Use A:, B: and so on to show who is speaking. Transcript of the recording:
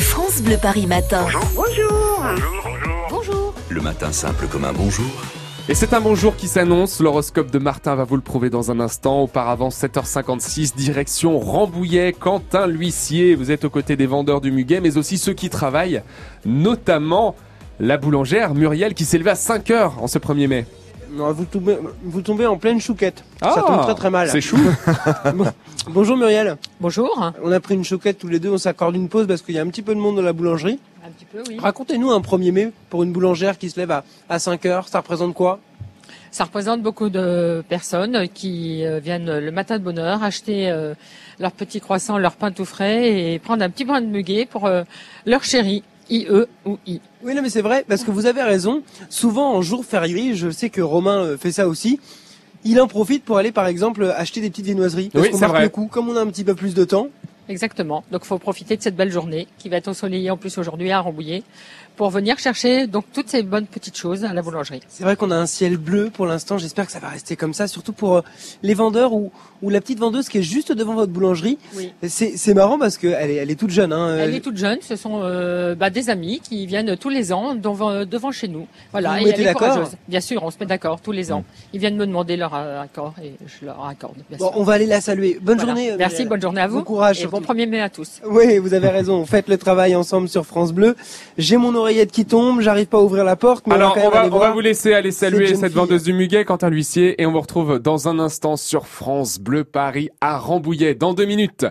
A: France Bleu Paris Matin.
B: Bonjour.
A: Bonjour.
C: Le matin simple comme un bonjour.
D: Et c'est un bon jour qui s'annonce. L'horoscope de Martin va vous le prouver dans un instant. Auparavant, 7h56, direction Rambouillet, Quentin l'huissier. Vous êtes aux côtés des vendeurs du muguet, mais aussi ceux qui travaillent, notamment la boulangère Muriel qui s'est levée à 5h en ce 1er mai.
E: Non, vous, tombez, vous tombez en pleine chouquette.
D: Ah,
E: ça tombe très très mal.
D: C'est chou.
E: Bon- Bonjour Muriel.
F: Bonjour.
E: On a pris une chouquette tous les deux, on s'accorde une pause parce qu'il y a un petit peu de monde dans la boulangerie.
F: Un petit peu, oui.
E: Racontez-nous un 1er mai pour une boulangère qui se lève à, à 5 heures. Ça représente quoi
F: Ça représente beaucoup de personnes qui euh, viennent le matin de bonne heure acheter euh, leur petit croissant, leur pain tout frais et prendre un petit brin de muguet pour euh, leur chéri, IE ou I.
E: Oui, non, mais c'est vrai parce que vous avez raison. Souvent en jour férié, je sais que Romain euh, fait ça aussi. Il en profite pour aller par exemple acheter des petites viennoiseries. Parce
D: Oui,
E: qu'on
D: c'est
E: marque
D: vrai.
E: le coup, comme on a un petit peu plus de temps.
F: Exactement. Donc, faut profiter de cette belle journée qui va être ensoleillée en plus aujourd'hui à Rambouillet pour venir chercher donc toutes ces bonnes petites choses à la boulangerie.
E: C'est vrai qu'on a un ciel bleu pour l'instant, j'espère que ça va rester comme ça, surtout pour euh, les vendeurs ou, ou la petite vendeuse qui est juste devant votre boulangerie.
F: Oui.
E: C'est c'est marrant parce qu'elle est, elle est toute jeune. Hein.
F: Elle est toute jeune, ce sont euh, bah, des amis qui viennent tous les ans devant, euh, devant chez nous.
E: Vous
F: Voilà,
E: vous
F: et elle
E: mettez
F: est
E: d'accord Mm.
F: courageuse. Bien sûr, on se met d'accord tous les ans. Ils viennent me demander leur euh, accord et je leur accorde. Bien
E: Bon,
F: sûr.
E: on va aller la saluer. Bonne
F: Voilà.
E: journée. euh,
F: Merci,
E: Muriel.
F: bonne journée à vous.
E: Bon courage.
F: et bon 1er mai à tous.
E: Oui, vous avez raison. Faites le travail ensemble sur France Bleu. J'ai mon oreillette qui tombe, j'arrive pas à ouvrir la porte. Mais
D: Alors,
E: on va, quand
D: on
E: même
D: va,
E: aller
D: on va
E: voir.
D: vous laisser aller saluer
E: jeune
D: cette
E: fille.
D: vendeuse du muguet, Quentin l'huissier, et on vous retrouve dans un instant sur France Bleu Paris à Rambouillet, dans deux minutes.